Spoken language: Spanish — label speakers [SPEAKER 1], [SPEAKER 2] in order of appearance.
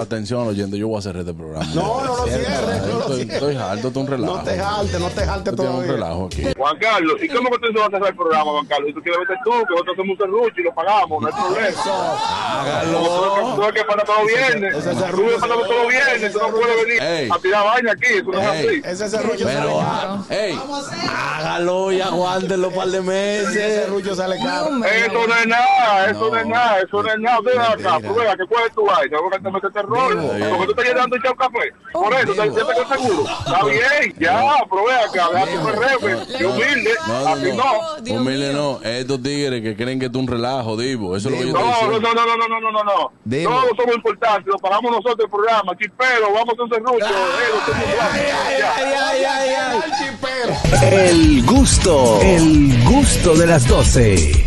[SPEAKER 1] Atención, oyendo, yo voy a cerrar este programa.
[SPEAKER 2] No, no lo cierres, no lo
[SPEAKER 1] Estoy-
[SPEAKER 2] cierres.
[SPEAKER 1] Estoy harto, estoy un relajo.
[SPEAKER 2] No te jalte, no te jalte
[SPEAKER 1] Estoy un
[SPEAKER 2] todavía.
[SPEAKER 1] relajo aquí.
[SPEAKER 3] Juan Carlos, ¿y cómo que usted se va a cerrar el programa, Juan Carlos? Si tú quieres verte tú, que nosotros somos un serrucho y lo pagamos, no hay problema. Hágalo. Tú ves que para todos los viernes.
[SPEAKER 2] Ah, ese serrucho
[SPEAKER 3] Tú ves para
[SPEAKER 2] se-
[SPEAKER 3] todos los viernes. Tú no puedes venir
[SPEAKER 1] Ey.
[SPEAKER 3] a tirar vaina aquí. Eso no es
[SPEAKER 1] Ey.
[SPEAKER 3] así.
[SPEAKER 2] Ese serrucho sale
[SPEAKER 1] Pero,
[SPEAKER 2] caro.
[SPEAKER 1] ah, ey, hágalo y aguántelo un par de
[SPEAKER 2] Ese
[SPEAKER 1] meses.
[SPEAKER 2] serrucho sale caro.
[SPEAKER 3] Eso no es nada, eso no, es nada, eso no es nada. Ven acá,
[SPEAKER 1] mentira.
[SPEAKER 3] tú veas que cuál es tu vaina, porque te metes robo,
[SPEAKER 1] Digo,
[SPEAKER 3] porque tú estás llenando un chao café. Por eso, te te tengo seguro. Está bien, ya, pero ven acá, deja tu perreo, yo humilde, así no.
[SPEAKER 4] Dios
[SPEAKER 1] Humilde
[SPEAKER 4] mío.
[SPEAKER 1] no, estos tigres que creen que tú un relajo, Divo. Eso es lo que yo estoy
[SPEAKER 3] No, no,
[SPEAKER 1] diciendo.
[SPEAKER 3] no, no, no, no, no, no, no.
[SPEAKER 5] Digo.
[SPEAKER 3] Todos somos importantes, lo pagamos nosotros el programa, chispero, vamos a un serrucho, eh, lo tengo claro, ya.
[SPEAKER 2] Al chipero.
[SPEAKER 5] El gusto, el gusto de las 12.